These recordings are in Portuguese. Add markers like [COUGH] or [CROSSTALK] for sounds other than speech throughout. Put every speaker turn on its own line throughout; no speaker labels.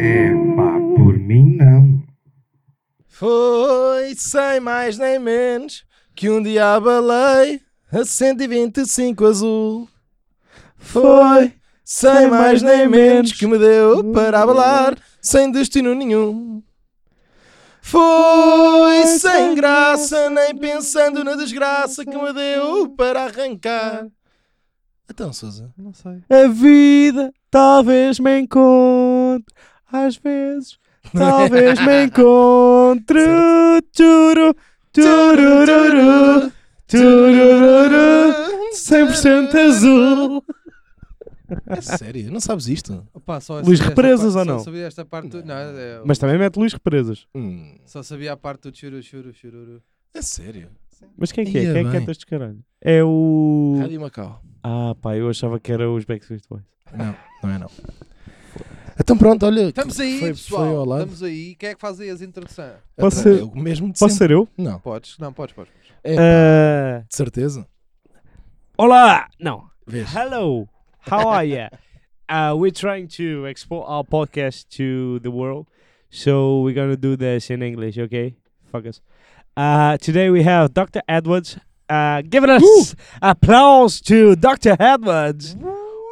É, pá, por mim não.
Foi sem mais nem menos que um dia abalei a 125 azul. Foi sem mais nem menos que me deu para abalar sem destino nenhum. Foi sem graça, nem pensando na desgraça que me deu para arrancar. Então, Sousa,
Não sei.
A vida talvez me encontre, às vezes,
[LAUGHS]
talvez me encontre. Tchuru, tchurururu, tchurururu, 100% azul.
é sério, não sabes isto?
Opa, só
Luís
sabia esta
Represas
parte-
ou não?
Só sabia esta parte. do- Não, é-
Mas também mete Luís Represas.
Hum,
Só sabia a parte do churu, churu, chururu.
é sério.
Mas quem é que é?
Ia
Quem é que
bem.
canta este caralho? É o.
Rádio Macau.
Ah, pá, eu achava que era os Backstreet Boys.
Não, não é não. Então pronto, olha.
Estamos aí,
Foi-
pessoal.
foi ao lado.
Estamos aí. Quem é que faz aí as introduções?
Posso
Então,
ser-
eu mesmo de
Posso
sempre.
ser eu?
Não,
Podes? Não, podes, podes.
é
Ah,
de certeza.
Olá! Não.
[LAUGHS]
Vês.
Hello! How are you? Uh, we're trying to export our podcast to the world, so we're gonna do this in English, okay? Fuck us. Uh, today we have Dr. Edwards. Uh, give us applause to Dr. Edwards.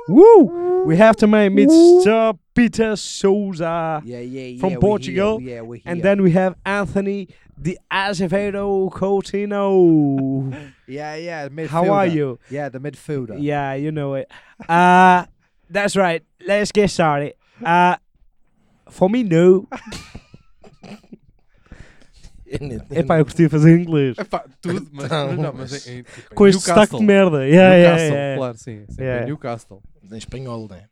Woo! We have to make Mr. Peter Souza.
Yeah, yeah,
From we're here, Portugal,
yeah,
And then we have Anthony the Azevedo
[LAUGHS]
Coutinho.
Yeah, yeah.
How are you?
Yeah, the midfielder.
Yeah, you know it. Uh [LAUGHS] that's right. Let's get started. Uh for me no. [LAUGHS]
É,
Epá, eu curti fazer [LAUGHS] inglês.
Epá, tudo, mas,
Então,
não, mas em, em, tipo,
Com
em
este destaque de
Newcastle.
merda. Yeah, yeah,
Newcastle,
yeah.
claro, sim. sim,
Yeah.
é Newcastle. [LAUGHS]
Em espanhol, [LAUGHS] né?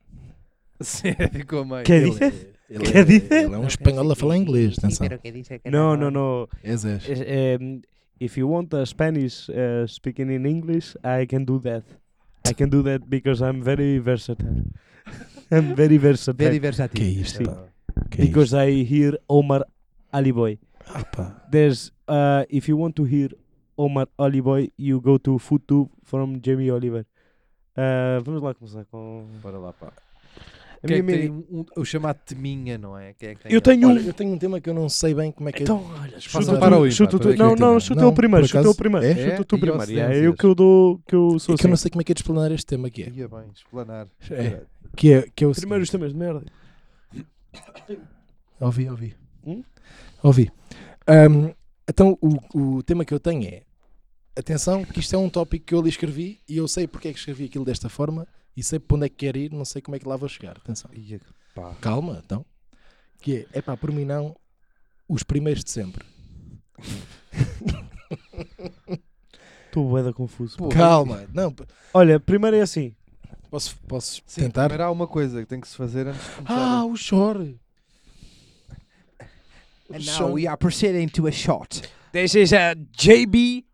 Sim, é ficou meio.
Que é
Ele,
dices?
ele,
Quer dizer?
ele é um espanhol a falar inglês, atenção.
No, no, no.
És, és.
Is- um, if you want a Spanish uh, speaking in English, I can do that. I can do that because I'm very versatile. [LAUGHS] I'm very versatile.
Very
Que é
versátil.
isto,
Sim.
pá? Que é
because
isto?
I hear Omar Ali Boy.
Ah, pá.
There's uh if you want to hear Omar Ali Boy, you go to FoodTube from Jamie Oliver. Uh, vamos lá começar com.
Bora lá, pá.
A
Quem é que
minha
tem
mini-
um, o chamado Teminha, não é? Quem é que tem
Eu tenho
Olha,
um.
eu tenho um tema que eu não sei bem como é que
Então, olha,
Faça
chuta
para
tu-
o ímpar,
chuta
para
tu.
ver
Não,
quem
não,
tem.
chuta
Não,
o primeiro,
por
chuta o
acaso,
primeiro.
é?
Chuta
É?
tu
E
primeiro.
ausências?
é, eu que eu dou. Que eu
é.
sou
É que eu não
assim.
sei como é que é de explanar este tema que é.
Ia bem, explanar.
É. Que é, que é o
Primeiro os
seguinte.
temas de merda.
Ouvi, ouvi.
Hum?
Ouvi. Ahm, então, o, o tema que eu tenho é. Atenção, que isto é um tópico que eu ali escrevi e eu sei porque é que escrevi aquilo desta forma e sei para onde é que quero ir, não sei como é que lá vou chegar. Atenção.
Ia, pá.
Calma, então. Que é, epá, por mim não, os primeiros de sempre.
Estou boeda confuso.
Pô,
Calma, não, p-
Olha, primeiro é assim.
posso, posso
Sim,
tentar?
primeiro há uma coisa que tem que se fazer antes de começar.
Ah, o chore! O chore.
are proceeding to a shot.
This is a JB.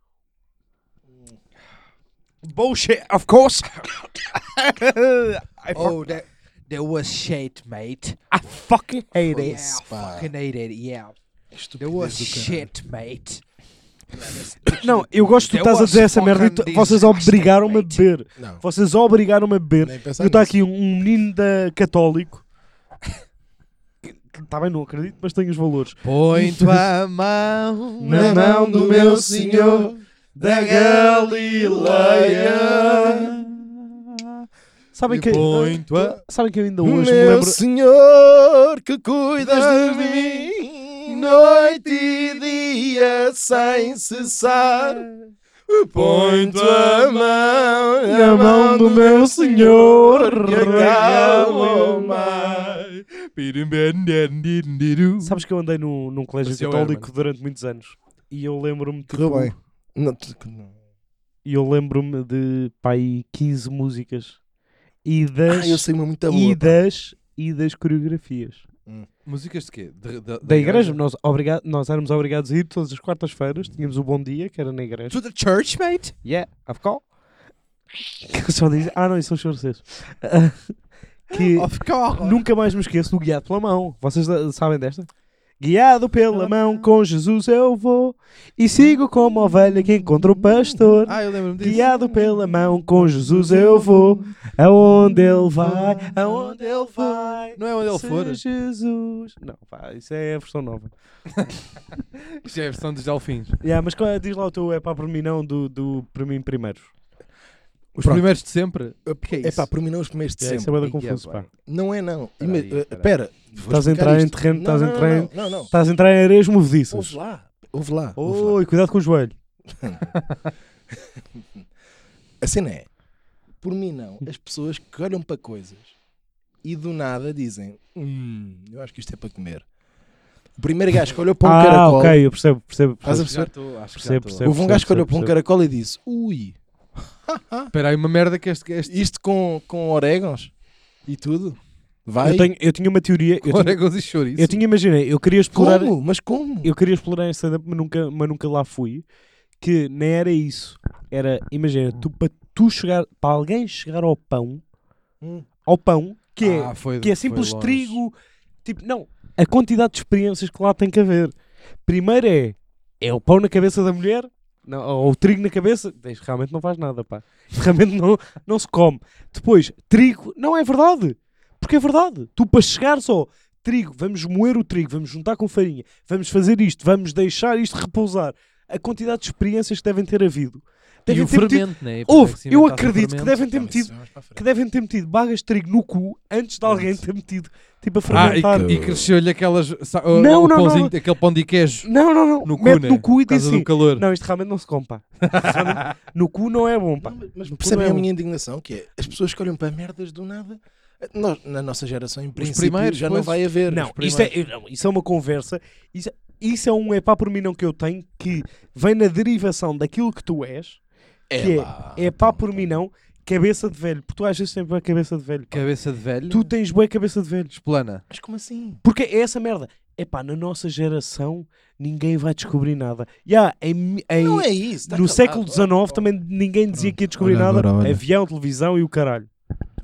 Bullshit, of course. [COUGHS] I, Oh,
Oh, that, that was shit, mate.
I fucking hate
Ah, it.
Yeah,
Yes,
I
pá.
fucking hate it, yeah. That
Estupidez
was
do caralho.
shit, mate.
Não, eu gosto que tu
There
estás a
was
dizer essa merda e tu-
fucking
vocês
disaster,
obrigaram-me a
mate.
beber.
Não,
Vocês obrigaram-me a beber.
nem
E
pensar
eu estou
nisso.
aqui um- um menino da católico. Está bem, não acredito, mas tenho os valores.
Põe [LAUGHS] tua mão
Na mão do meu Senhor
da
Sabem que,
tua
sabem que eu ainda
Meu
hoje me lembro.
Senhor que cuidas de mim Noite e dia sem cessar Põe tua mão
Na mão do meu Senhor
Que acalma o mar
Sabes que eu andei num, num colégio
Parecia o
católico durante muitos anos. E eu lembro-me tipo,
Correu bem Não, tu- não.
E eu lembro-me de pai 15 músicas e das,
Ah, eu sei uma muito boa
e,
pá.
das e das coreografias.
Músicas de quê? De- da,
Da igreja, nós, obriga nós éramos obrigados a ir todas as quartas-feiras, tínhamos o bom dia, que era na igreja.
To the church, mate?
Yeah, of [LAUGHS] course. Que só diz, ah não, isso são [LAUGHS] chorceses. que
Of course.
Oh,
Oh,
nunca mais me esqueço do guiado pela mão. Vocês da- eh, sabem desta? Guiado pela mão, com Jesus eu vou. E sigo como ovelha que encontra o pastor.
Ah, eu lembro-me disso.
Guiado pela mão, com Jesus eu vou. Aonde ele vai, aonde ele vai.
Não é onde ele
Se
for.
Jesus. Não, pá, isso é a versão nova.
Isto é a versão dos delfins.
Yeah, mas qual é- diz lá o teu é pá, por mim não, do, do para mim primeiro. É,
Os
Pronto.
primeiros de sempre. que é
É pá,
isso?
por mim não os primeiros de
É, isso
sempre.
é bué da
Ai,
confuso,
agora.
pá.
Não é não.
Espera aí,
Ima- eh,
espera
Espera. vou
Estás
explicar
a entrar em
é isto.
terreno,
Não,
estás a
não,
entrar em- Tá-
Não, não, não.
Estás a entrar em areias
Ouve
movediças.
lá. Ouve lá. ouve lá.
Oi, cuidado com o joelho.
A cena é, por mim não, as pessoas que olham para coisas e do nada dizem, hum, eu acho que isto é para comer. O primeiro gajo que olhou para um
ah,
caracol,
ok, eu percebo, percebo.
Estás a
percebo.
Já
perceber?
estou, acho que já
Percebo,
estou.
percebo.
houve um gajo que olhou para um
percebo.
caracol e disse, ui,
Espera aí, uma merda que este... este...
isto com, com orégãos e tudo, vai,
Eu, tenho, eu tinha uma teoria. Eu tinha,
Orégãos e chouriço.
eu tinha imaginei, eu queria explorar.
é como? Mas como?
Eu queria explorar em stand-up, mas nunca, mas nunca lá fui. Que nem era isso. Era, imagina, tu, para tu chegar, para alguém chegar ao pão,
Hum.
ao pão, que é,
Ah, foi-
que é
foi
simples
longe.
trigo, tipo, não, a quantidade de experiências que lá tem que haver. Primeiro é, é o pão na cabeça da mulher, não, ou o trigo na cabeça, isto realmente não faz nada, pá. [LAUGHS] Isto realmente não, não se come. Depois, trigo, não é verdade. Porque é verdade. Tu para chegar só, trigo, vamos moer o trigo, vamos juntar com farinha, vamos fazer isto, vamos deixar isto repousar. A quantidade de experiências que devem ter havido. Devem
um
e o
ter metido-
fermento, né?
Ouve,
Porque se
tipo eu
inventasse o
acredito que
fermento-
devem ter
Calma, isso
metido
vai mais para a frente.
que devem ter metido bagas de trigo no cu antes de alguém ter metido tipo a
Ah, e,
fermentar.
e cresceu-lhe aquelas... sa- o-
Não,
o
não,
pãozinho-
não.
Aquele pão de queijo
Não, não, não.
no cu,
Mete
né?
no cu e
Por
diz
causa
assim.
do calor.
Não, isto realmente não se come, pá.
[LAUGHS]
Realmente, no cu não é bom, pá.
Mas
No cu
percebem a
não é bom.
minha indignação, que é, as pessoas que olham para merdas do nada, nós, na nossa geração, em princípio,
primeiros,
já não
pois.
vai haver.
Não, isto é, eu- não, isso é uma conversa. Isso, isso é um epá por mim não que eu tenho que vem na derivação daquilo que tu és. que
lá.
É pá por mim não, cabeça de velho. Porque tu às vezes tens boa cabeça de velho. pá.
Cabeça de velho.
Tu tens boa cabeça de velho.
Explana.
Mas como assim?
Porque é essa merda. É pá, na nossa geração ninguém vai descobrir nada. Já em, mi- em-
Não é isso.
no século XIX também ninguém dizia que ia descobrir
Olha
nada.
agora, olha.
Avião, televisão e o caralho.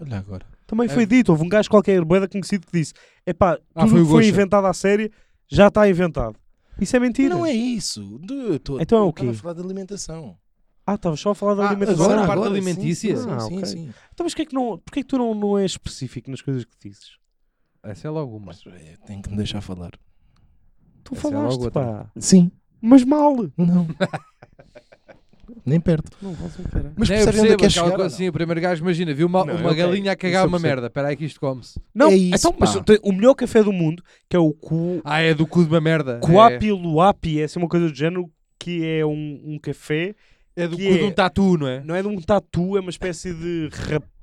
Olha agora.
Também
É.
foi dito, houve um gajo qualquer boeda conhecido que disse: Epá, tudo
Ah, foi
o
o
que foi
Gosha."
inventado à série já está inventado. Isso é mentira.
Não é isso. De- eu tô-
Então é o
eu tava
quê?
a falar de alimentação.
Ah, estava só a falar da
Ah,
alimentação.
agora a
Ah,
parte
sim,
alimentícia?
Sim, sim,
Ah,
sim,
ok.
sim.
Então, mas porquê é que, não, porquê é que tu não, não és específico nas coisas que dizes?
Essa é logo uma.
Mas é, tem que me deixar falar.
Tu
Essa é
falaste,
logo outra.
pá.
Sim,
Mas mal.
não. Nem perto.
Não, posso encarar.
Mas
Não, eu
percebem onde é que é
percebo, aquela
chegar? ou
coisa assim, o primeiro gajo, imagina, viu uma,
Não,
uma
eu
galinha
tenho.
a cagar
Isso eu
uma
percebo.
merda. Espera aí que isto come-se.
Não,
É isso,
então, mas
pá.
tem- o melhor café do mundo, que é o cu,
Ah, é do cu de uma merda.
Coapi Luapi, é assim uma coisa do género que é um, um café,
É, é do cu
que
de
é-
um tatu, não é?
não é de um tatu, é uma espécie de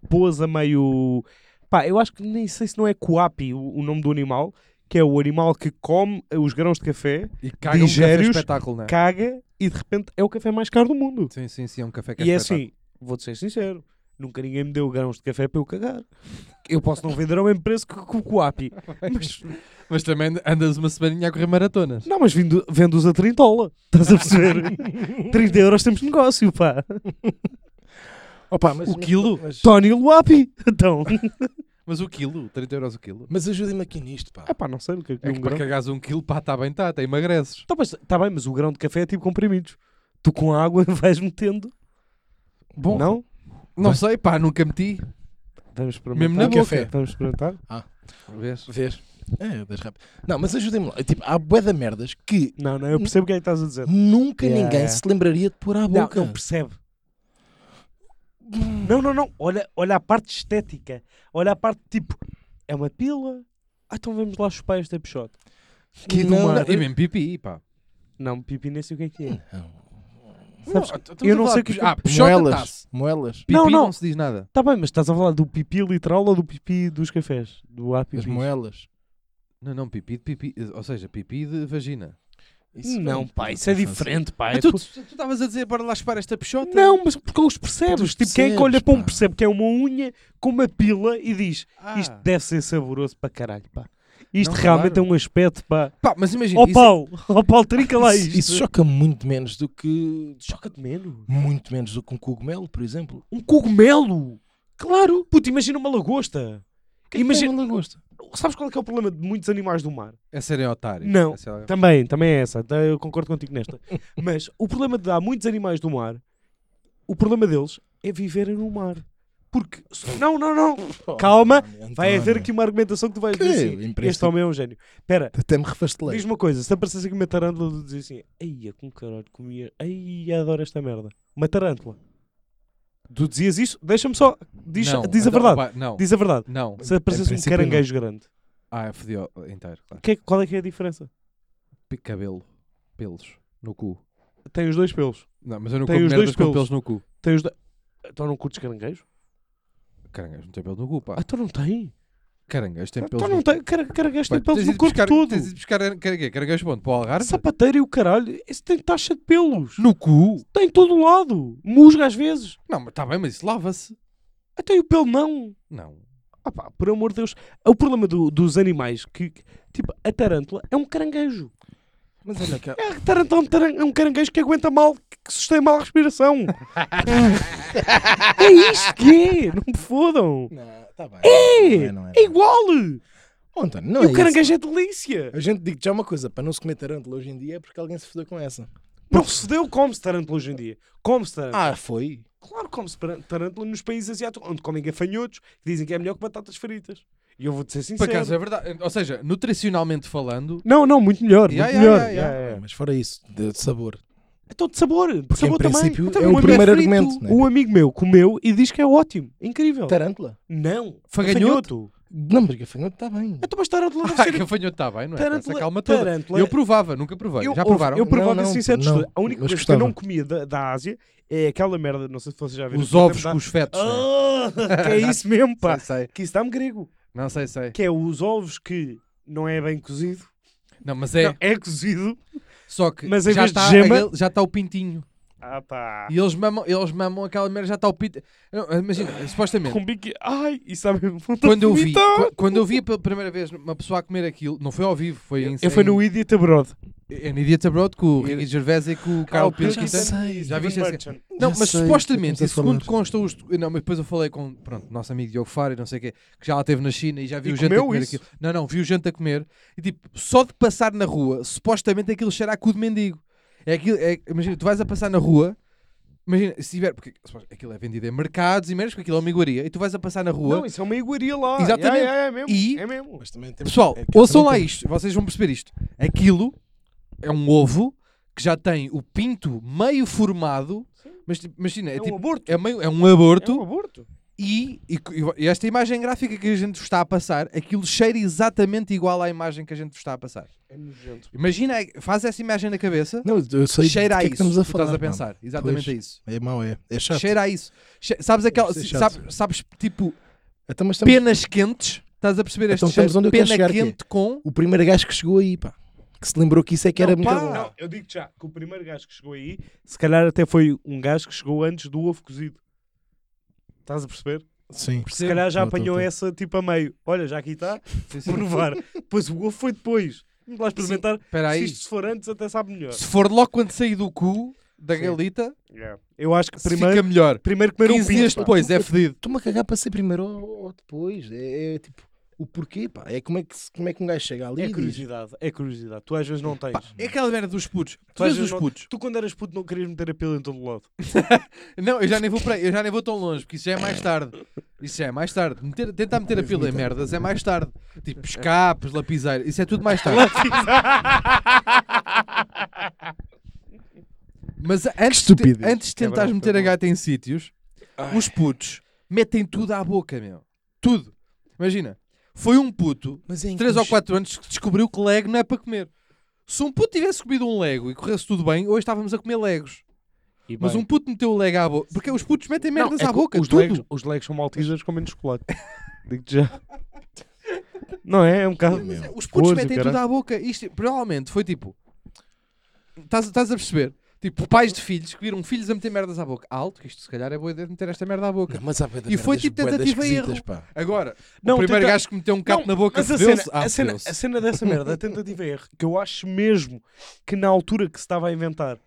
raposa meio. Pá, eu acho que nem sei se não é Coapi o, o nome do animal, que é o animal que come os grãos de café,
E caga um café
Digérios,
espetáculo, não é?
caga e de repente é o café mais caro do mundo.
Sim, sim, sim, é um café que
E é
espetáculo.
assim, vou-te ser sincero. Nunca ninguém me deu grãos de café para eu cagar. Eu posso não vender ao mesmo preço que que
[LAUGHS]
o Coapi. Mas
Mas também andas uma semaninha a correr maratonas.
Não, mas vindo- vendo-os a 30 ola. Estás a
[LAUGHS]
perceber? 30 euros temos negócio, pá.
Opa, mas,
O quilo?
Mas,
Tony Luapi. Então.
Mas o quilo, 30 euros o quilo.
mas ajudem-me aqui nisto, pá.
Ah, pá, não sei. Nunca comi
É
um
que para
grão.
cagares um quilo, pá, está bem, está, até emagreces.
Tá, mas, tá bem, mas o grão de café é tipo comprimidos. Tu com a água [LAUGHS] vais metendo.
Bom, não,
Não?
Vai.
sei, pá, nunca meti.
Vamos experimentar.
Mesmo na
boca. Café.
Vamos experimentar.
Ah, Vês?
Vês? É, eu deixo rápido. Não, mas ajudem-me lá. Tipo, há bué de merdas que
Não, não, eu percebo o que é que estás a dizer.
Nunca
Yeah,
ninguém
yeah.
se lembraria de pôr à
Não,
boca.
não percebe. Não, não, não. Olha, olha a parte estética. Olha a parte tipo. É uma pila? Ah, então vamos lá chupar este pichote.
Que
Não,
mar-
não,
E mesmo pipi, pá.
Não, pipi, nem sei o que é que é.
Não,
Sabes-
estamos
eu
a
não
falar
sei
de
o que-
pux-
tipo,
Ah, puxota tá-se.
Moelas. Moelas.
Pipi não,
não.
não. se diz nada.
Tá bem, mas estás a falar do pipi literal ou do pipi dos cafés? Do apipi?
As moelas.
Não, não, pipi de pipi, eh, ou seja, pipi de vagina.
Não, pá, isso é diferente, pá.
Ah,
É
tu
pu-
estavas a dizer, bora lá chupar esta peixota?
Não, mas porque os percebes.
Tu os
tipo, quem é que
percebes,
olha para um
pá.
percebe que é uma unha com uma pila e diz
Ah.
isto deve ser saboroso para caralho, pá. Isto
Não,
realmente
claro.
é um aspecto, pá.
Pá, mas imagina,
Ó
isso-
Paulo, ó Paulo, trinca lá isto.
Isso, isso choca muito menos do que.
choca-te menos.
Muito menos do que um cogumelo, por exemplo.
Um cogumelo! Claro! Puta, imagina uma lagosta.
Que é que
Imagina-
tem uma lagosta?
Sabes qual é, que é o problema de muitos animais do mar?
É serem otários.
Não.
É serem-
Também, também é essa. tá, Eu concordo contigo nesta. [LAUGHS] Mas o problema de há muitos animais do mar, o problema deles é viverem no mar. Porque. Não, não, não. Calma. Vai haver aqui uma argumentação Então, é. que tu vais
Que
dizer assim.
empresa-
Este homem é um gênio. Espera,
Até me refastelei.
diz-me uma coisa. Se aparecesse aqui uma tarântula, tu dizes assim: Eia, como caralho comia. Eia, adoro esta merda. Uma tarântula. Tu dizias isso? Deixa-me só. Diz,
Não,
diz a
então,
verdade.
opa, Não.
Diz a verdade.
Não.
Se aparecesse um
princípio, não.
caranguejo grande,
Ah, é fodido inteiro. Claro.
que é- qual é que é a diferença?
Pi- Cabelo. Pelos. No cu.
Tem os dois pelos.
Não, mas eu não
Tem
como
os
merdas
dois
com
pelos.
pelos no cu.
Tem os dois. Então não curtes caranguejo?
Caranguejo não tem pelo no cu, pá.
Ah, então não tem.
Caranguejo tem pelos
Então
no
não
cu.
tem. cara- Caranguejo tem
Pá,
pelos
tens
no
ido
corpo
buscar-
todo.
Tens ido buscar caranguejo, caranguejo ponto, para o Algarve?
Sapateiro e o caralho. Esse tem taxa de pelos.
No cu?
Tem todo lado. Musga às vezes.
Não, mas está bem, mas isso lava-se.
Até o pelo não.
Não.
Ah pá, por amor de Deus. É O problema do- dos animais que. que- Tipo, a tarântula é um caranguejo.
Mas olha cá.
A tarântula é um taran- é um caranguejo que aguenta mal, que sustém mal
[LAUGHS]
a respiração. é isto que é. Não me fodam.
Não, tá bem.
É.
Não é, não é.
É igual!
Oh, António, não
e
é
o
isso.
caranguejo é delícia!
A gente digo já é uma coisa, para não se comer tarântula hoje em dia é porque alguém se fodeu com essa.
Não se deu como-se tarântula hoje em dia. Come-se tarântula.
Ah, foi?
Claro, come-se para- tarântula nos países asiáticos, onde comem gafanhotos, que dizem que é melhor que batatas fritas. E eu vou-te ser
Por
sincero.
acaso é verdade. Ou seja, nutricionalmente falando,
Não, não, muito melhor.
Ya,
muito
ya,
melhor.
ya, ya.
Ya, ya.
Mas fora isso, de de sabor.
É todo de sabor. De
Porque
sabor
em
também.
princípio
Então,
é
um
o
amigo-
primeiro
frito,
argumento, não é?
Um amigo meu comeu e diz que é ótimo. Incrível.
Tá.
Tarântula?
Não.
Faganhoto?
Não, mas gafanhoto está bem.
Então, mas tarântula
[LAUGHS]
deve
Ah,
ser...
gafanhoto está bem, não é? Com
Tarântula-
Essa calma toda.
tarântula-
Eu provava, nunca provei. Já provaram?
Eu provava
Não, não,
esses insetos.
não.
todos. A única
Mas
coisa
gostava.
que eu não comia da, da Ásia é aquela merda, não sei se vocês já viram.
Os ovos com os fetos. né?
Ah, [LAUGHS] que é isso mesmo, pá.
Sei, sei.
Que isso dá-me grego.
Não sei, sei.
Que é os ovos que não é bem cozido.
Não, mas é.
Não, é cozido.
Só que
Mas em
já
vez de
está
gema-
aquele- já está o pintinho.
Ah pá.
E eles mamam, eles mamam aquela merda, já está o pintinho. Não, Imagina, supostamente.
Com bico. Ai, isso dá mesmo vontade
é Quando
de
eu, vi,
vomitar.
qu- quando eu vi pela primeira vez uma pessoa a comer aquilo, não foi ao vivo, foi em
Eu fui no Idiot Abroad.
É no Idiot Abroad com o Ricky Gervais e com o Carl Pilkington. Já viste esse- Não,
Já
mas
sei,
supostamente,
eu comecei
e
a falar.
segundo consta os... Não, mas depois eu falei com, pronto, nosso amigo Diogo Faro e não sei o quê, que já lá esteve na China e já viu
E
gente a
comeu
comer
isso?
aquilo. Não, não, viu gente a comer. E tipo, só de passar na rua, supostamente aquilo cheira a cu de mendigo. É aquilo, é- imagina, tu vais a passar na rua, imagina, se tiver... Porque suposto- aquilo é vendido em mercados e merdas, porque aquilo é uma iguaria. E tu vais a passar na rua...
Não, isso é uma iguaria lá.
Exatamente.
É, é, é mesmo.
E-
É mesmo.
Mas também temos-
Pessoal,
é que
ouçam
também
lá
temos-
isto, vocês vão perceber isto. Aquilo é um ovo que já tem o pinto meio formado, mas tipo, imagina, é,
É um
tipo,
aborto.
é, meio, é um aborto
É um aborto.
E, e co- e esta imagem gráfica que a gente vos está a passar, aquilo cheira exatamente igual à imagem que a gente vos está a passar.
É nojento.
Imagina, faz essa imagem na cabeça,
Não, eu sei
cheira
do
a
que é
isso,
que estamos a
tu
falar.
estás a
pá.
pensar, exatamente
Pois.
a isso.
É mau, é. É chato.
Cheira a isso. Che- sabes, aquela,
Deve ser
sabe-
chato.
sabes, tipo,
Então, mas estamos...
penas quentes? Estás a perceber este
Então estamos
cheiro?
onde eu quero
Pena
chegar, que é?
quente com...
O primeiro gajo que chegou aí, pá. Que se lembrou que isso é que era
Não,
melhor.
pá.
Não,
Não, eu digo já que o primeiro gajo que chegou aí, se calhar até foi um gajo que chegou antes do ovo cozido. Estás a perceber?
Sim.
Se calhar já
Tô, tô,
apanhou
tô.
essa tipo a meio. Olha, já aqui
[LAUGHS]
está,
Sim, sim.
vou provar. Depois o ovo foi depois. Vamos lá experimentar.
Espera
se
tá aí.
isto se for antes, até sabe melhor.
Se for logo quando sair do cu da
Sim.
galita,
Eu acho que
se
primeiro,
fica melhor.
primeiro comer um
15 dias
pinto. pá.
depois é fedido.
Estou-me a cagar para ser primeiro ou, ou depois. É, é, tipo, o porquê, pá. É como é que, se- como é que um gajo chega ali
É
e diz,
curiosidade, é curiosidade. Tu às vezes não tens.
É aquela merda dos putos. Tu
Mas
vês
eu
os
não-
putos.
Tu quando eras puto não querias meter a pila em todo lado.
Não, eu já nem vou para aí, eu já nem vou tão longe, porque isso já é mais tarde. Isso já é mais tarde. Meter- tentar meter a pila em merdas é mais tarde. Tipo, escapes, lapiseiro, isso é tudo mais tarde. Mas antes, de-
estupidez.
antes de tentares
é verdade,
meter a
foi bom.
gata em sítios, os putos metem tudo à boca, meu. Tudo. Imagina, foi um puto
Mas é
de 3 ou 4 anos que descobriu que Lego não é para comer. Se um puto tivesse comido um Lego e corresse tudo bem, hoje estávamos a comer Legos. Mas um puto meteu o Lego à boca. Porque os putos metem merdas à boca,
é os
tudo.
legos, os legos são maltesas com menos [LAUGHS] chocolate. Digo-te já. Não é? É um bocado.
Mas é, Os putos
Cores e
metem
caralho.
tudo à boca. Isto provavelmente foi tipo. Estás estás a perceber? Tipo, pais de filhos que viram filhos a meter merdas à boca. Alto, que isto se calhar é boa ideia de meter esta merda à boca.
Não, mas há bué de
E foi
merdas
tipo
bué de
tentativa e erro.
esquisitas, pá.
Agora,
Não,
o primeiro
tenta-
gajo que meteu um capo
Não,
na boca
Mas a
fodeu-se.
cena,
Ah,
a, cena,
fodeu-se.
a cena dessa merda, a tentativa é erro, que eu acho mesmo que na altura que se estava a inventar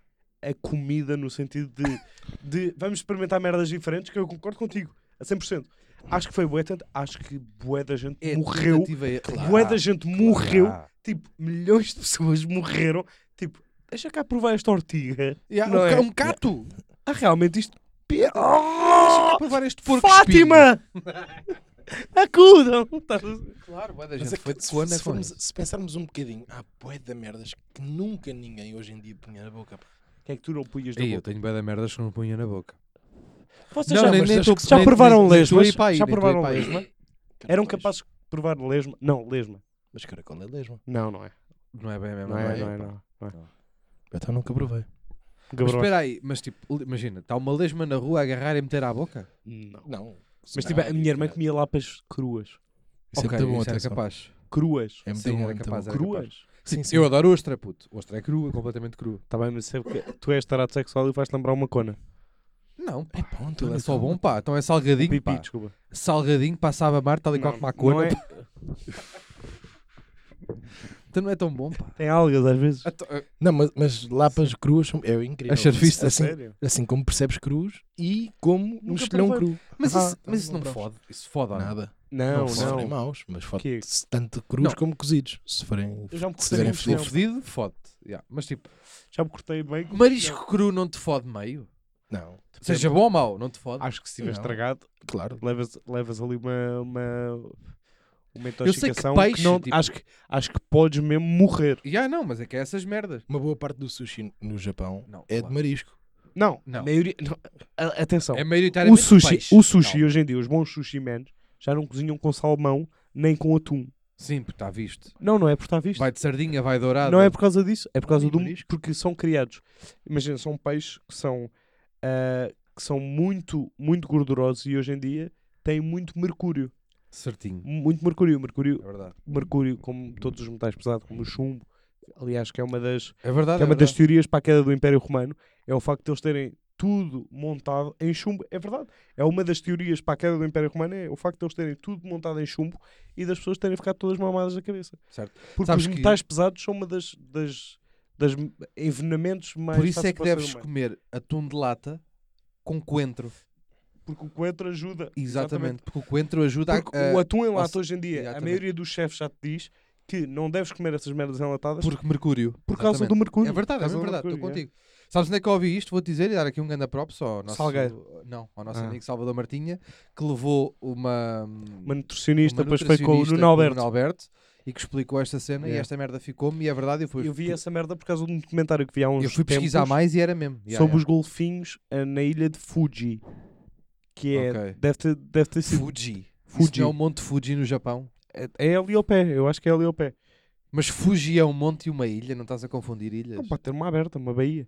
a comida no sentido de, de vamos experimentar merdas diferentes, que eu concordo contigo, a 100%. Acho que foi bué tanto. Acho que bué da gente
É
morreu.
tentativa e- Claro.
Bué da gente morreu.
Ah.
Tipo, milhões de pessoas morreram. Tipo, deixa cá provar esta ortiga.
Yeah,
Não
um,
é?
ca- um cato.
Ah, realmente isto... pe-
Deixa cá
Oh,
provar este porco
Fátima! [LAUGHS] Acudam!
espinho. Claro, bué da
Mas
gente
é que
foi de
se,
cona
se
com
formos-
isso.
se pensarmos um bocadinho, há bué da merdas que nunca ninguém hoje em dia punha na boca. pá.
que é que tu não punhas
Ei, eu tenho bué da merdas que não punha na boca.
Vocês
Não,
já,
nem-
mas
nem
acho
tô-
que já
nem-
provaram
nem- nem tô
lesmas?
aí para aí,
já
nem tô aí
provaram
para aí.
lesma? Eram
Caracóis.
capazes de provar lesma? Não, lesma.
Mas caracol é lesma.
Não, não é.
Não é bem a mesma
Não é,
merda.
não é, não. não é.
Eu então nunca provei.
Mas
Gabrões.
espera aí, mas tipo, li- imagina, está uma lesma na rua a agarrar e meter à boca?
Não.
Não.
Mas tipo, a minha irmã comia lapas cruas.
Isso ah, é
Ok,
muito bom,
isso era
atenção.
capaz.
Cruas.
É muito
Sim,
bom,
era
muito
capaz,
bom.
era capaz.
Cruas.
Sim, sim.
Eu adoro ostra, puto. Ostra é crua, completamente crua.
Tá bem, mas sabe que tu és tarado sexual e vais lembrar uma cona.
Não, pá,
É bom,
aquilo é
António,
só
calma.
bom, pá. Então é salgadinho,
Pipi,
pá.
desculpa.
Salgadinho, passava a mar, tal e qual
Não,
como a
não
cona.
é-
[LAUGHS] Então não é tão bom, pá.
Tem algas às vezes.
Não, mas, mas lapas cruas são, é incrível.
As surfistas,
assim,
sério?
assim como percebes cruz e como um
Nunca
estilhão
provei.
cru.
Mas
Ah,
isso,
então
mas isso
não
não
provas.
fode. Isso fode ou não?
Nada.
Não,
se
não.
forem maus, mas
Que-
fode-se tanto crus
Não.
como cozidos. Se forem.
Eu já me
Se
cortei
derem
muito
Se for
Não.
tempo.
um fedido, fode-te. Yeah. Mas tipo,
Já me cortei bem.
marisco cru não te fode meio?
Não,
Seja bom ou mau, não te fode?
Acho que se tiver
Não.
estragado,
claro.
levas, levas ali uma... uma... Uma
Eu sei que
intoxicação
peixe,
não,
tipo-
acho, que, acho que podes mesmo morrer.
Yeah, não, mas é que é essas merdas.
Uma boa parte do sushi no Japão
Não,
é de
claro.
marisco.
Não,
Não.
maioria- não, a- atenção.
É maioritariamente
o sushi,
peixe.
o sushi
Não.
hoje em dia, os bons sushi men já não cozinham com salmão nem com atum.
Sim, porque está visto.
Não, não é por estar visto.
Vai de sardinha, vai dourada.
Não é por causa disso, é por causa
Nem
do
marisco.
porque são criados. Imagina, são peixes que são ah, que são muito muito gordurosos e hoje em dia têm muito mercúrio,
Certinho.
muito mercúrio,
É
mercúrio,
verdade.
mercúrio, como todos os metais pesados, como o chumbo. Aliás, que é uma das
É verdade.
que é uma das teorias para a queda do Império Romano, é o facto de eles terem tudo montado em chumbo. É verdade. É uma das teorias para a queda do Império Romano, é o facto de eles terem tudo montado em chumbo e das pessoas terem ficado todas mamadas da cabeça.
Certo.
Porque
Sabes
os
que-
metais pesados são uma das, das, das envenenamentos mais
Por isso
fáceis
é que
para o ser
deves
humano.
comer atum de lata com coentro.
Porque o coentro ajuda.
Exatamente. Porque o coentro ajuda a-
Porque
a...
o atum em
ao
lata
se-
hoje em dia, a
Exatamente.
maioria dos chefes já te diz que não deves comer essas merdas enlatadas por,
Porque mercúrio.
causa
Exatamente.
do mercúrio.
É verdade, é
Por causa do
verdade. Estou
mercúrio,
contigo. Sabes onde é que eu ouvi isto? Vou dizer e dar aqui um grande props ao nosso...
Salgueiro.
Não, ao nosso
Ah.
amigo Salvador Martinha, que levou
é.
uma... uma
Uma nutricionista,
nutricionista
depois foi com o
com
Nuno Alberto.
e que explicou esta cena e
Yeah.
esta merda ficou-me e é verdade. Eu fui,
Eu vi essa merda por causa de um documentário que vi há uns
eu fui pesquisar
tempos
mais e era mesmo. Yeah,
sobre
yeah.
os golfinhos ah, na ilha de Fuji. Que é.
Ok.
Deve, ter, deve ter sido.
Fuji. Fuji.
é Fuji.
é o Monte Fuji no Japão.
É, é ali ao pé, eu acho que é ali ao pé.
Mas Fuji é um monte e uma ilha, não estás a confundir ilhas?
Não, pode ter uma aberta, uma baía.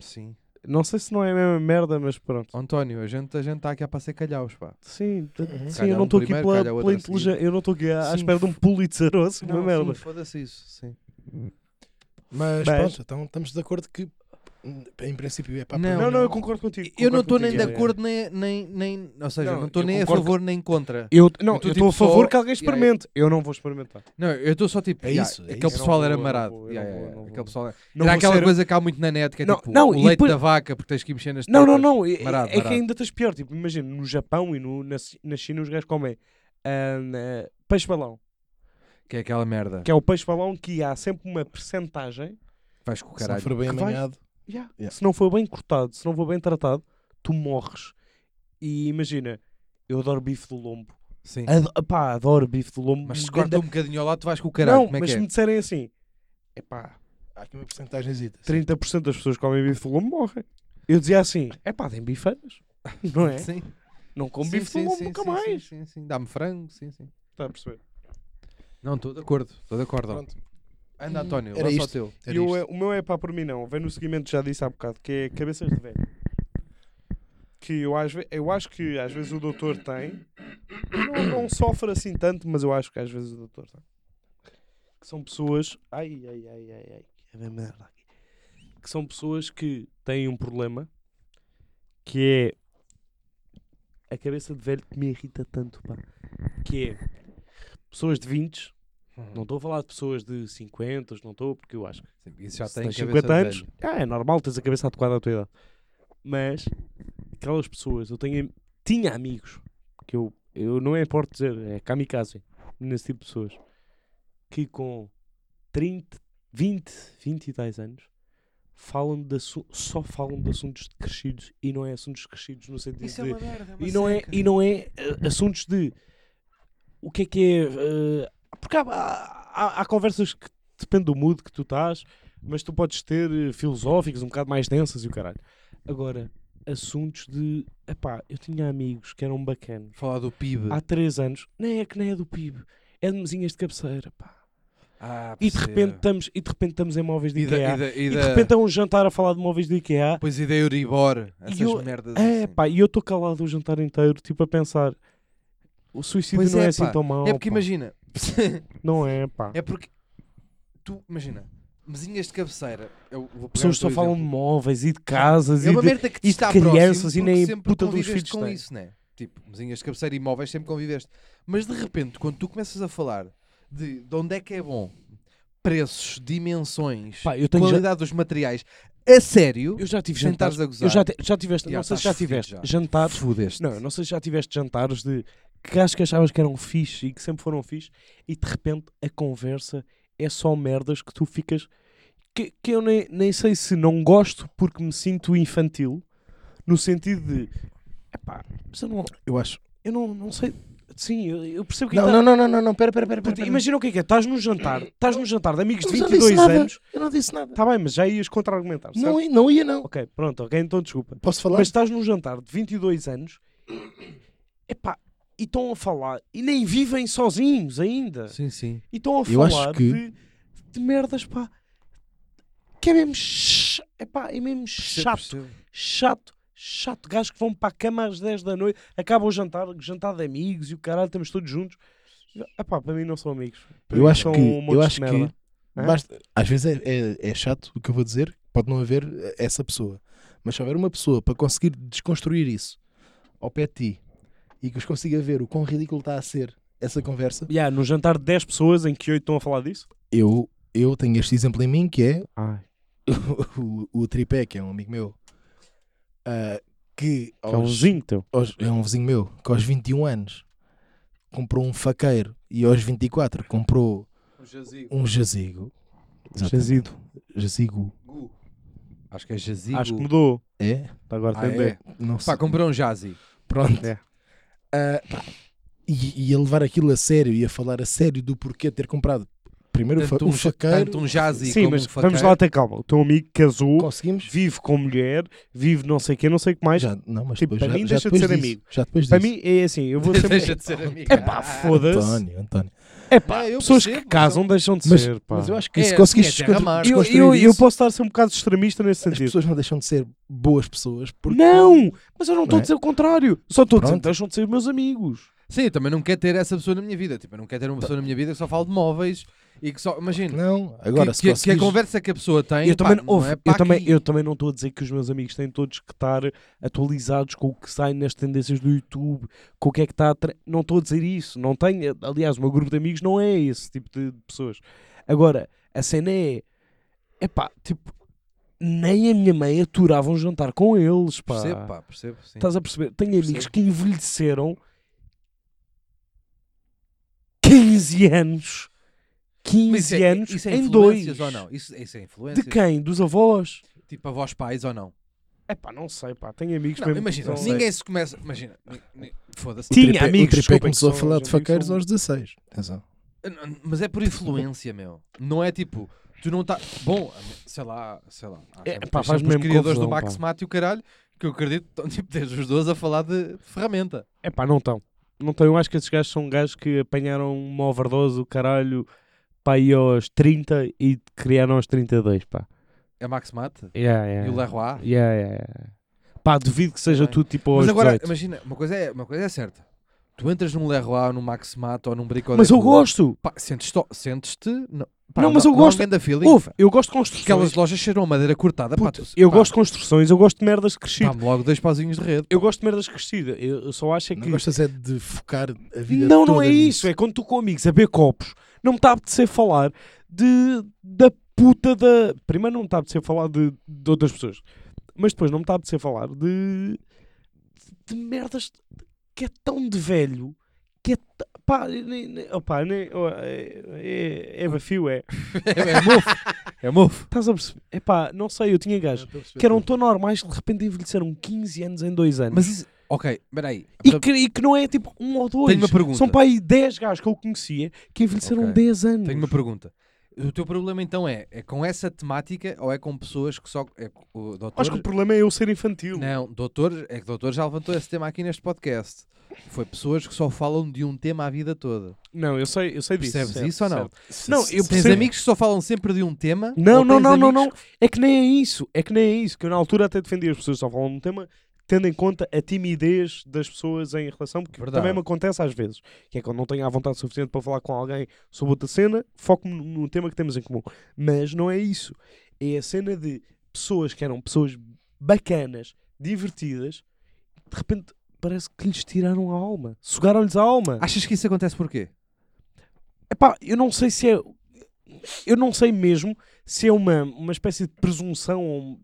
Sim.
Não sei se não é a mesma merda, mas pronto.
António, a gente a gente está aqui a passar calhaus, pá.
Sim, t- sim
Calhar
eu não
um
estou aqui
primeiro,
pela,
calhar outro a
inteligência. Eu não estou aqui à, à
Sim,
espera de um Pulitzer ou assim, uma merda.
sim, foda-se isso, sim.
Mas,
Mas-
pronto, então estamos de acordo que hum, em princípio é para
Não,
Não,
provar.
não, eu concordo contigo.
Eu
concordo
não estou nem
contigo,
de
é, é.
acordo, nem, nem, nem. Ou seja,
Não,
não estou
eu
nem a
concordo
favor nem contra.
Eu, não,
Eu tô
eu estou
tipo
a favor
só-
que alguém
Yeah, yeah.
experimente. Eu não vou experimentar.
Não, eu estou só tipo.
É
yeah,
isso, é
Aquele
isso.
Eu não
pessoal era
vou, eu não
marado.
vou, eu
Yeah,
não
yeah,
vou, eu não
Aquele
vou.
pessoal era-
Não
Era
vou
aquela
ser-
coisa que há muito na net que é
Não,
tipo
não,
o
e
leite
depois-
da vaca porque tens que ir mexer nas
Não, não,
tetas.
não. É, é-
Marado,
é que
marado.
ainda estás pior. Tipo, imagina, no Japão e no, na, Ci- na China os gajos comem ah, na- peixe-balão.
Que é aquela merda.
Que é o peixe-balão que há sempre uma percentagem.
Vais com o
Se não
caralho.
for bem
que vai-
amanhado,
Yeah,
Yeah.
Se não for bem cortado, se não for bem tratado, tu morres. E imagina, eu adoro bife do lombo.
Sim.
Ado pá, adoro bife do lombo.
Mas se
Ganda-
corta um bocadinho ao lado, tu vais com o caralho.
Não,
Como é
mas
que
se
é?
me disserem assim, epá,
há aqui uma porcentagem
30% das pessoas que comem bife de lombo morrem. Eu dizia assim, é pá, tem bifanas. [LAUGHS] Não é?
Sim.
Não como
Sim,
bife de
sim,
lombo
sim,
nunca
sim,
mais.
Sim, sim, sim. Dá-me frango, sim, sim.
Está a perceber?
Não, estou de acordo, estou de acordo.
Pronto.
Anda, António,
Era
lança
isto.
o teu.
E o, é- o meu é pá, por mim não. Vem no seguimento, já disse há bocado, que é cabeças de velho. Que eu, às ve- eu acho que às vezes o doutor tem. Não, não sofre assim tanto, mas eu acho que às vezes o doutor tem. Que são pessoas. Ai, ai, ai, ai, ai. que É bem merda aqui. Que são pessoas que têm um problema que é. A cabeça de velho que me irrita tanto, pá. Que é. Pessoas de 20.
Uhum.
Não estou a falar de pessoas de 50, não estou, porque eu acho
Sim, isso já
se
tem
tens
cabeça
50
de
anos,
velho.
ah, é normal teres a cabeça adequada à tua idade. Mas aquelas pessoas, eu tenho, tinha amigos que eu eu não é importo dizer, é kamikaze nesse tipo de pessoas que com 30, 20, 20 e tais anos falam de assu- só falam de assuntos de crescidos e não é assuntos crescidos no sentido
Isso é
de
uma merda, é uma
e não é
seca.
e não é eh, assuntos de o que é que é eh, porque há, há, há conversas que depende do mood que tu estás mas tu podes ter eh, filosóficas um bocado mais densas e o caralho agora assuntos de epá, eu tinha amigos que eram bacanos
Falar do PIB.
há três anos nem é que nem é do PIB é de mesinhas de cabeceira pá.
Ah,
e de
percebo.
repente estamos e de repente estamos em móveis de
E da-
IKEA
e da-
e
e
de
da-
repente é um jantar a falar de móveis do IKEA
Pois e da Euribor. Essas
eu-
merdas
É,
assim.
pá, e eu estou calado o jantar inteiro, tipo, a pensar. O suicídio
Pois
não é,
é,
assim
pá.
tão mau.
É porque
pá.
imagina. [LAUGHS]
Não é, pá.
É [LAUGHS] porque tu, imagina, mesinhas de cabeceira. Eu vou pegar
Pessoas
o
só
teu
falam de
exemplo.
móveis e de casas
É
e
uma
de...
merda que te
e de
está
crianças e
próximo,
nem
porque sempre
puta dos
conviveste
filhos
com
têm.
isso, né? Tipo, mesinhas de cabeceira e imóveis sempre conviveste. Mas de repente, quando tu começas a falar de, de onde é que é bom, preços, dimensões,
Pá, eu tenho já-
qualidade dos materiais, a sério,
Eu já tive
Sem
jantares.
estares a gozar.
Eu já, te- já tiveste,
Já
não sei se já
estás fudido
tiveste
já.
jantares.
fudeste.
Não, eu não sei se já tiveste jantares de que gajos que achavas que eram fixe e que sempre foram fixe e de repente a conversa é só merdas que tu ficas. Que, que eu nem, nem sei se não gosto porque me sinto infantil, no sentido de. Epá, mas eu não,
Eu acho.
Eu não, não sei. Sim, eu, eu percebo que tá
Não, não, não, não, não, não, pera, pera, pera. pera, pera.
Imagina o que é que é. Estás num jantar, estás num jantar de amigos de
Mas eu não disse
22
nada.
anos.
Eu não disse nada.
Está bem, mas já ias contra-argumentar. certo?
Não, ia- não ia, não.
Ok, pronto, ok, então desculpa.
Posso falar?
Mas estás num jantar de 22 anos. Epá, e estão a falar. E nem vivem sozinhos ainda.
Sim, sim.
E estão a
Eu acho
falar
que-
de, de merdas, pá. Que é mesmo. ch- Epá, é mesmo chato chato, chato, gajos que vão para a cama às 10 da noite, acabam o jantar, jantar de amigos e o caralho, estamos todos juntos. Epá, para mim não são amigos. Para
Eu
mim
acho
são
que,
um monte
eu
de
acho que
merda. Hã?
basta- às vezes é, é- é chato o que eu vou dizer, pode não haver eh, essa pessoa, mas se houver uma pessoa para conseguir desconstruir isso ao pé de ti e que os consiga ver o quão ridículo está a ser essa conversa,
Yeah, num jantar de 10 pessoas em que 8 estão a falar disso?
eu, eu tenho este exemplo em mim que é [LAUGHS]
Ai,
o, o Tripé, que é um amigo meu, ah, que
é um
aos-
vizinho teu.
aos- é um vizinho meu que aos 21 anos comprou um faqueiro e aos 24 comprou um jazigo.
Jazido.
Jazigo.
Acho que é jazigo.
Acho que mudou.
É?
Agora
Ah,
tem
é?
ideia.
Não sei.
Pá, comprou um jazi.
Pronto.
É.
Ah, pá, e, e a levar aquilo a sério e a falar a sério do porquê de ter comprado primeiro o fa
Tanto
um
um, ja-
faqueiro.
tanto um jazi
Sim,
como
mas
um faqueiro.
vamos lá ter calma. O teu amigo casou,
Conseguimos?
vive com mulher, vive não sei o que, não sei o que mais.
Já, não, mas
Tipo,
depois,
para
já,
mim
já
deixa de
depois
ser
disso,
amigo.
Já depois
Para
disso.
mim é assim, eu
[LAUGHS]
vou sempre...
Deixa de ser amigo.
Epá, foda-se.
António, António.
Epá,
Não, eu
pessoas
percebo,
que casam deixam de
Mas-
ser, pá.
Mas eu acho que
É,
se conseguires
assim, é terra
descontru-
mar.
eu,
desconstruir
eu, eu
isso,
posso estar a ser um bocado extremista nesse
as
sentido.
pessoas não deixam de ser boas pessoas porque
Não, mas eu não estou
Não
a
é?
dizer o contrário. Só estou a dizer que
Pronto.
deixam de ser meus amigos.
Sim, eu também não quero ter essa pessoa na minha vida. Tipo, eu não quero ter uma pessoa na minha vida que só fala de móveis e que só. Imagina.
Não, agora
que,
se
é-
que- que a
conseguires-
conversa que a pessoa tem.
eu,
pá,
também,
não
ouve,
é
eu,
para
também,
aqui.
eu também não estou a dizer que os meus amigos têm todos que estar atualizados com o que sai nas tendências do YouTube, com o que é que está a tre- Não estou a dizer isso. Não tenho, aliás, o meu grupo de amigos não é esse tipo de de pessoas. Agora, a cena é. É pá, tipo. Nem a minha mãe aturava um jantar com eles, pá. Tá
Percebo, pá, percebo. Sim.
Estás a perceber? Tenho amigos
Percebo.
que envelheceram 15 anos. 15
Mas isso é-
anos
isso é
em dois.
influências ou não? Isso, isso é
De
influências.
quem? Dos avós?
Tipo, avós pais ou não?
É pá, não sei, pá. Tenho amigos
Não,
mesmo
imagina,
que são-
ninguém se começa. Imagina, ni- ni- foda-se. Tipo, é
o
Tinha
um Tripé-
amigos,
o Tripé
desculpem,
começou a
que são-
falar
os
de
amigos
faqueiros
são-
aos 16. Atenção.
Mas é por influência, meu. Não é tipo, tu não estás. Bom, sei lá, sei lá. Há
É,
sempre-
pá,
há
faz
sempre
mesmo
os criadores
confusão,
do Max
pá.
Mato e o caralho, que eu acredito que estão tipo, desde os 12 a falar de ferramenta.
É pá, não estão. Não estão. Eu acho que esses gajos são gajos que apanharam uma overdose, o caralho, pá, aí aos 30 e criaram aos 32, pá.
É Max Mato
Yeah, yeah.
e o Leroy.
Yeah, yeah, yeah. Pá, duvido que seja
Bem.
tudo tipo aos
Mas agora,
18.
imagina, uma coisa, é, uma coisa é certa. Tu entras num Leroy ou num Max Mato ou num Brico
Mas eu gosto.
Pá, sentes-te. sentes-te- não,
Não, mas eu gosto-
Da feeling,
Ouve,
pá.
eu gosto de construções.
Aquelas lojas cheiram a madeira cortada. pá, tu-
Eu
pá,
gosto de construções, eu gosto de merdas de crescida.
Dá-me logo dois pauzinhos de rede.
Eu gosto de merdas de crescida. Eu eu só acho é
Não
que.
gostas é de focar a vida
Não, não
toda
é isso.
nisso.
É quando tu com amigos a beber copos, não me está a apetecer falar de, da puta da. Primeiro, não me está a apetecer falar de, de outras pessoas, mas depois, não me está a apetecer falar de. de merdas que é tão de velho
que é. ta- Pá, nem, nem, opá, nem, ó, é, é, é bafio, é.
É
[LAUGHS]
mofo. É mofo.
Estás a perceber? É pá, não sei, eu tinha gajos que eram tão normais que de repente envelheceram 15 anos em 2 anos.
Mas isso. Ok, peraí.
E que, e que não é tipo um ou dois.
Tenho uma pergunta.
São para aí 10 gajos que eu conhecia que envelheceram
Ok.
10 anos.
Tenho uma pergunta. O teu problema então é, é com essa temática ou é com pessoas que só. É, o doutor,
Acho que o problema é eu ser infantil.
Não, doutor, é que o doutor já levantou esse tema aqui neste podcast. Foi pessoas que só falam de um tema a vida toda.
Não, eu sei, eu sei disso.
Percebes
certo,
isso ou não?
certo.
Não,
Se-
eu
Se Tens
percebo.
amigos que só falam sempre de um tema?
Não,
ou
não,
tens
não, não,
amigos
não. É que nem é isso. É que nem é isso. Que eu na altura até defendi as pessoas que só falam de um tema,
tendo em conta a timidez das pessoas em relação, porque
Verdade.
também me acontece às vezes, que é quando não tenho a vontade suficiente para falar com alguém sobre outra cena, foco-me no- no tema que temos em comum. Mas não é isso. É a cena de pessoas que eram pessoas bacanas, divertidas, de repente parece que lhes tiraram a alma. Sugaram-lhes a alma.
Achas que isso acontece porquê?
Epá, eu não sei se é. Eu não sei mesmo se é uma, uma espécie de presunção ou um-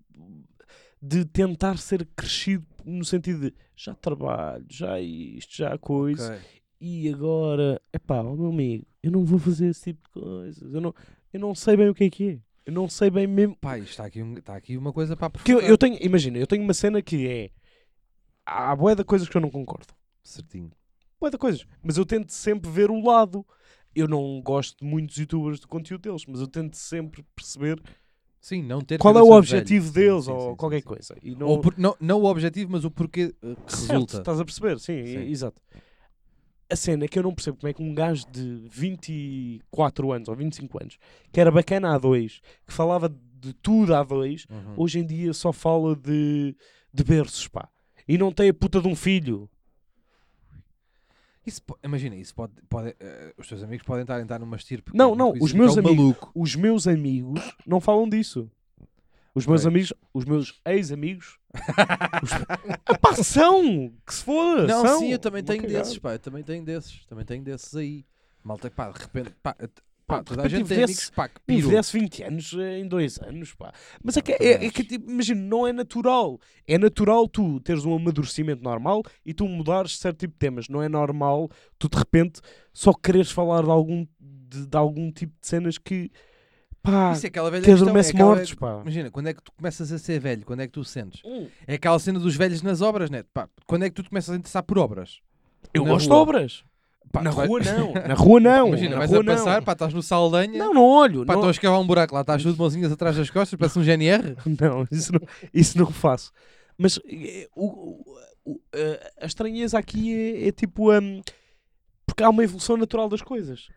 de tentar ser crescido no sentido de já trabalho, já isto, já a coisa,
Ok.
e agora, epá, ó meu amigo, eu não vou fazer esse tipo de coisas, eu não, eu não sei bem o que é que é, eu não sei bem mesmo
Pá, isto está aqui, um- está aqui uma coisa para
porque eu,
aprofundar.
eu tenho, imagina, eu tenho uma cena que é. Há boé de coisas que eu não concordo.
Certinho.
Boé de coisas. Mas eu tento sempre ver o lado. Eu não gosto de muitos youtubers do conteúdo deles, mas eu tento sempre perceber
Sim, não ter
qual é o
cabeça de
objetivo
velho. Sim,
deles
sim,
ou
sim,
qualquer
sim, sim.
coisa. E não,
Ou por- não, não o objetivo, mas o porquê eh, que
Certo,
resulta.
Estás a perceber? Sim,
Sim.
e- exato. A cena é que eu não percebo como é que um gajo de 24 anos ou 25 anos, que era bacana a dois, que falava de tudo a dois,
Uhum.
hoje em dia só fala de, de berços, pá. E não tem a puta de um filho.
Isso po- imagina, isso pode, pode, eh, os teus amigos podem estar, estar numa estirpe.
Não,
que-
não,
que
os
isso
meus
é um
amigos-
maluco.
Os meus amigos não falam disso. Os meus
Ok.
amigos, os meus [LAUGHS] ex-amigos. os... Ah, pá, são! Que se for!
Não,
são.
sim, eu também
Uma
tenho
cagada.
desses, pá, eu também tenho desses, também tenho desses aí. Malta, pá, de repente, pá, eh, t-
Pá,
pá,
de
toda a
repente
gente tem
envelhece-
amigos, pá, que piram.
Envelhece 20 anos eh, em dois anos, pá. Mas é
Não,
que, é,
também
é
acho.
que tipo, imagina, não é natural. É natural tu teres um amadurecimento normal e tu mudares certo tipo de temas. Não é normal tu de repente só quereres falar de algum, de, de algum tipo de cenas que pá,
Isso é aquela velha
que
questão, é
adormece
aquela-
mortos, pá.
Imagina, quando é que tu começas a ser velho? Quando é que tu sentes?
Hum,
É aquela cena dos velhos nas obras, né? Pá, quando é que tu começas a interessar por obras?
Eu
Na
gosto
rua.
de obras.
Pá,
na
tu vai-
rua
[LAUGHS]
não. [LAUGHS] Na rua não.
Imagina,
na
vais
rua
a passar,
não.
pá, estás no Saldanha,
Não, não olho.
pá,
não,
estão a escavar um buraco lá, estás tudo de mãozinhas atrás das costas, parece um GNR.
[LAUGHS] Não, isso não, isso não faço. Mas eh, o- o- o- eh, a estranheza aqui é, é tipo. hum, porque há uma evolução natural das coisas.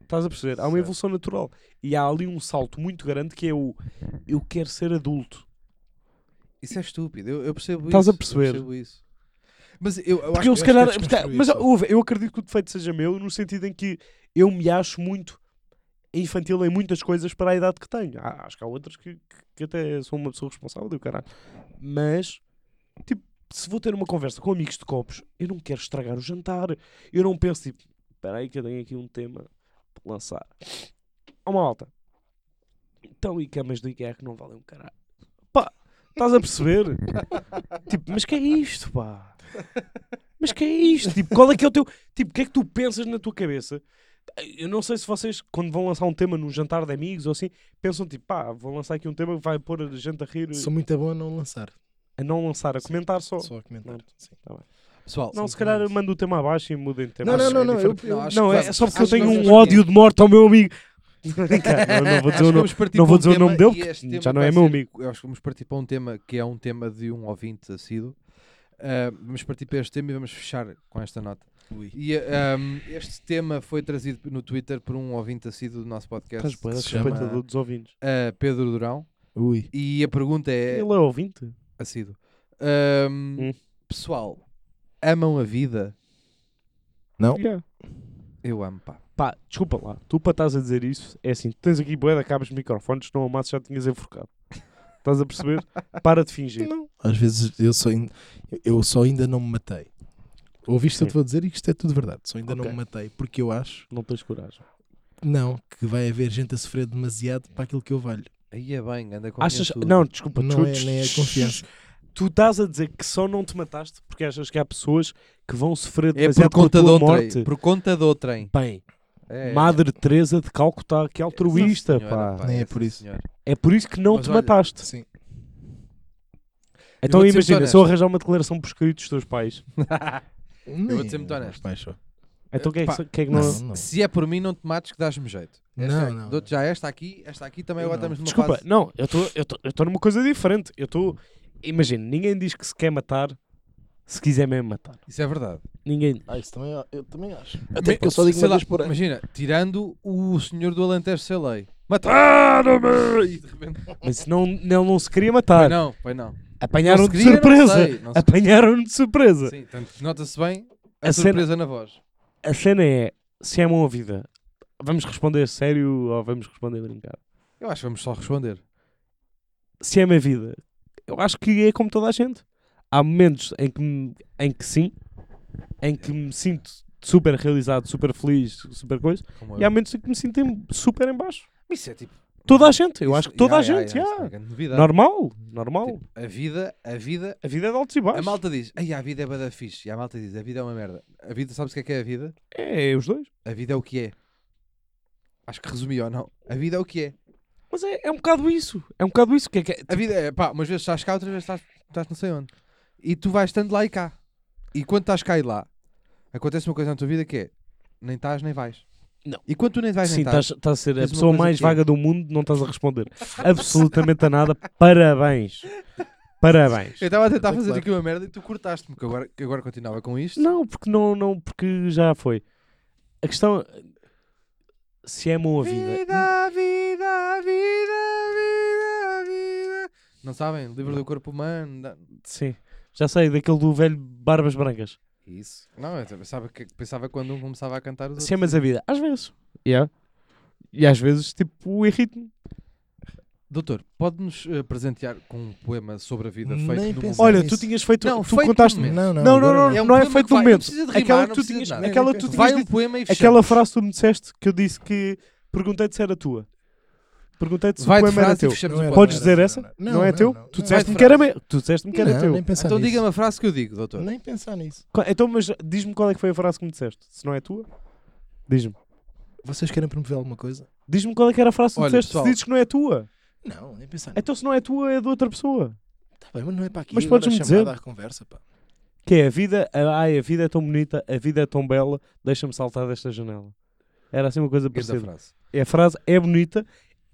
Estás a perceber? Há uma
Certo.
evolução natural. E há ali um salto muito grande que é o. Eu quero ser adulto.
Isso é estúpido, eu, eu percebo
Estás
isso.
a perceber?
Eu percebo isso. Mas eu, eu acho
Porque eu,
que-
se
acho que é
calhar. porque-
desconstruir
mas
só.
ouve, eu acredito que o defeito seja meu no sentido em que eu me acho muito infantil em muitas coisas para a idade que tenho. Há- acho que há outras que, que- que até sou uma pessoa responsável, do caralho. Mas, tipo, se vou ter uma conversa com amigos de copos, eu não quero estragar o jantar. Eu não penso, tipo, espera aí que eu tenho aqui um tema para lançar. Ó uma alta. Então, e camas do IKEA que não valem um caralho. Pá, estás a perceber? tipo, mas que é isto, pá? Mas que é isto? Tipo, qual é que é o teu... Tipo, o que é que tu pensas na tua cabeça? Eu não sei se vocês, quando vão lançar um tema num jantar de amigos ou assim, pensam tipo, pá, vou lançar aqui um tema que vai pôr a gente a rir,
Sou muito bom a não lançar.
a não lançar, a comentar só. tá
Só a comentar. Sim.
Pessoal,
Não, se calhar eu mando o tema abaixo e mudem de tema.
Não,
Acho
não, não,
que é
não. Eu,
diferente.
eu,
Não, acho
Não,
que
é
vamos-
só porque eu
acho que
tenho
vamos
um
aqui.
ódio de morte ao meu amigo. [LAUGHS] Brincar, não, não vou dizer o nome.
partir
não
para
vou
um
dizer o nome dele,
tema e
porque
este tema
já não
vai
é meu
ser-
amigo.
Eu acho que vamos partir para um tema que é um tema de um ouvinte assíduo. Ah, vamos partir para este tema e vamos fechar com esta nota.
Ui.
E, ah, um, este tema foi trazido no Twitter por um ouvinte assíduo do nosso podcast.
Estás boa,
que
és
se chama,
respeitador dos ouvintes.
ah, Pedro Durão.
Ui.
E a pergunta é:
Ele é ouvinte?
assíduo. Ahm,
Hum.
Pessoal, amam a vida?
Não.
Oh. Yeah.
Eu amo, pá.
Pá, desculpa lá, tu para estás a dizer isso, é assim, tens aqui boeda, acabas microfones, não amasses já tinhas enforcado. Estás a
[LAUGHS]
perceber? Para de fingir.
Não. Às vezes eu só, ain- eu só ainda não me matei. Ouviste o que eu te vou dizer e que isto é tudo verdade. Só ainda não
Ok.
me matei porque eu acho,
Não tens coragem.
não, que vai haver gente a sofrer demasiado para aquilo que eu valho.
Aí é bem, anda com a minha
Achas...
tua.
Não, desculpa,
Não
desculpa.
[LAUGHS] é nem a confiança.
tu estás a dizer que só não te mataste porque achas que há pessoas que vão sofrer
É
demasiado
por
com a
conta de
tua
outrem.
morte.
Por conta de outrem.
Bem,
É.
Madre Teresa de Calcutá, que
Essa
altruísta,
senhora,
pá.
Nem é
essa
por isso.
senhora.
É por isso que não
Mas
te
olha,
mataste.
Sim.
Então
vou-te ser muito
imagina, se eu
honesto.
arranjar uma declaração por escrito dos teus pais,
Nem-
vou-te ser muito honesto.
Baixou.
então quem é
Eh, pá,
que, quem é que não...
Não, não.
Se é por mim, não te mates que dás-me jeito. Esta
Não,
é-
não,
Dou-te já esta aqui, esta aqui também
Eu
agora
não.
estamos numa
Desculpa,
fase...
não.
Eu estou
Eu tô- eu estou numa coisa diferente. Eu estou... Imagina, ninguém diz que se quer matar se quiser mesmo matar.
Isso é verdade.
Ninguém...
Ah, isso também, eu também acho.
Me-
Tipo,
Até porque eu só digo
sei
uma
lá,
vez por ano.
Imagina, tirando o senhor do Alentejo sem lei. Mataram-me! E [LAUGHS] de repente...
Mas se não, ele não se queria
Pois
matar.
não, pois não.
Apanharam-no
Não se
de
queria, não
surpresa.
sei, não
[LAUGHS]
se-
Apanharam-no de surpresa.
Sim, tanto que nota-se bem a,
A cena-
surpresa na voz.
A cena é, se amam a vida, vamos responder sério ou vamos responder brincar?
Eu acho que vamos só responder.
Se amam a vida, eu acho que é como toda a gente. Há momentos em que, me- em que sim, em que me sinto super realizado, super feliz, super coisa,
Como
e há
eu.
momentos em que me sinto em- super em baixo.
Isso é tipo.
Toda a gente, eu
isso-
acho que toda
Ya,
a
ya,
gente,
ya, isso é
ya.
uma grande novidade.
normal, normal.
Tipo, a vida, a vida.
a vida é de altos e
A
baixos.
malta diz, ai, a vida é bada fixe. E a malta diz, a vida é uma merda. A vida, sabes o que é que é a vida?
É, os dois.
A vida é o que é. Acho que resumi ou não. A vida é o que é.
Mas é, é um bocado isso. É um bocado isso. Que é, que é-
A vida é, pá, umas vezes estás cá, outras vezes estás, estás não sei onde. E tu vais estando lá e cá. E quando estás cá e lá, acontece uma coisa na tua vida que é, nem estás nem vais.
Não.
E quando tu nem vais
Sim,
nem
estás
estás,
estás a ser a
tá- Diz uma
pessoa
coisa
mais
que é.
vaga do mundo, não estás a responder absolutamente a nada. [LAUGHS] Parabéns. Parabéns.
eu estava a tentar
Muito
fazer
claro.
aqui uma merda e tu cortaste-me, que agora, que agora continuava com isto.
Não, porque não, não, porque já foi. A questão se amam a vida.
Vida, vida, vida, vida, vida. Não sabem? Livro do corpo humano. da-
Sim. Já sei, daquele do velho Barbas Brancas.
Isso. Não, eu pensava, que, pensava quando um começava a cantar os
Se
outros.
amas a vida, às vezes. Yeah. E às vezes, tipo, irrita-me.
Doutor, pode-nos eh, presentear com um poema sobre a vida
Nem
feito no
pensei.
momento?
Olha, tu
isso.
tinhas feito.
é Não,
tu
feito no
contaste
momento.
Não, não,
Não, não,
agora-
não,
É
não,
um
é
poema
feito do
que vai- não
momento.
precisa de
aquela
rimar,
que
não
tu
precisa de
tinhas,
nada.
aquela que tu
Vai
tinhas
um
dito,
poema e
aquela
fechamos.
frase que tu me disseste que eu disse que perguntei-te se era tua. Perguntei-te se
Vai
o
de
poema era
frase e
teu.
fechamos
Não
o
era.
poema.
Podes dizer
Não,
essa?
não,
Não,
não,
é
não,
teu?
não.
Tu
Vai
disseste-me
de
que era meu. Tu disseste-me que era
Não,
teu.
nem pensar
Então
nisso.
diga-me a frase que eu digo, doutor.
Nem pensar nisso.
Co- Então, mas diz-me qual é que foi a frase que me disseste. Se não é tua, diz-me.
Vocês querem promover alguma coisa?
Diz-me qual é que era a frase que me
Olha,
disseste.
pessoal.
Se dizes que não é tua,
Não, nem pensar nisso.
então se não é tua, é de outra pessoa.
Tá bem, mas não é para aqui.
Mas
agora
podes-me
chamada à
dizer?
conversa, pá.
Que é a vida, a- ai, a vida é tão bonita, a vida é tão bela, deixa-me saltar desta janela. Era assim uma coisa
Diga-me a
parecida.
frase.
É a frase, é bonita,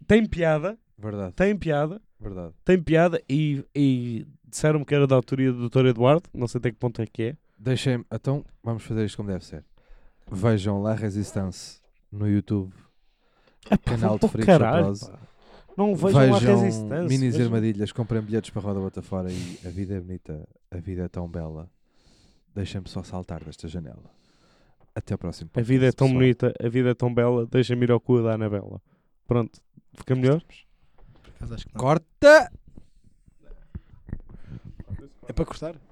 tem piada,
Verdade,
tem piada,
verdade.
tem piada e, e disseram-me que era da autoria do Dr. Eduardo, não sei até que ponto é que é.
Deixem-me. Então, vamos fazer isto como deve ser. Vejam La Resistance no YouTube.
Ah, pá, vão
Canal de
para o
Freaks
caralho,
Outlaws.
pá. Não vejam, a resistência.
Minis
vejam-
Armadilhas, comprem bilhetes para a Roda Bota Fora e a vida é bonita, a vida é tão bela. Deixem-me só saltar desta janela. Até ao próximo
A
podcast,
vida é tão
pessoal.
bonita, a vida é tão bela, deixa-me ir ao cu da Anabela. Pronto, fica melhor?
Por acaso acho que não.
Corta!
É para cortar?